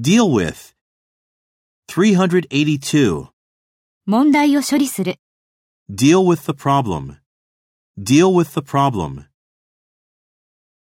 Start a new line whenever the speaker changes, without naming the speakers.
Deal with. 382.
問題を処理する。
Deal with the problem. Deal with the problem.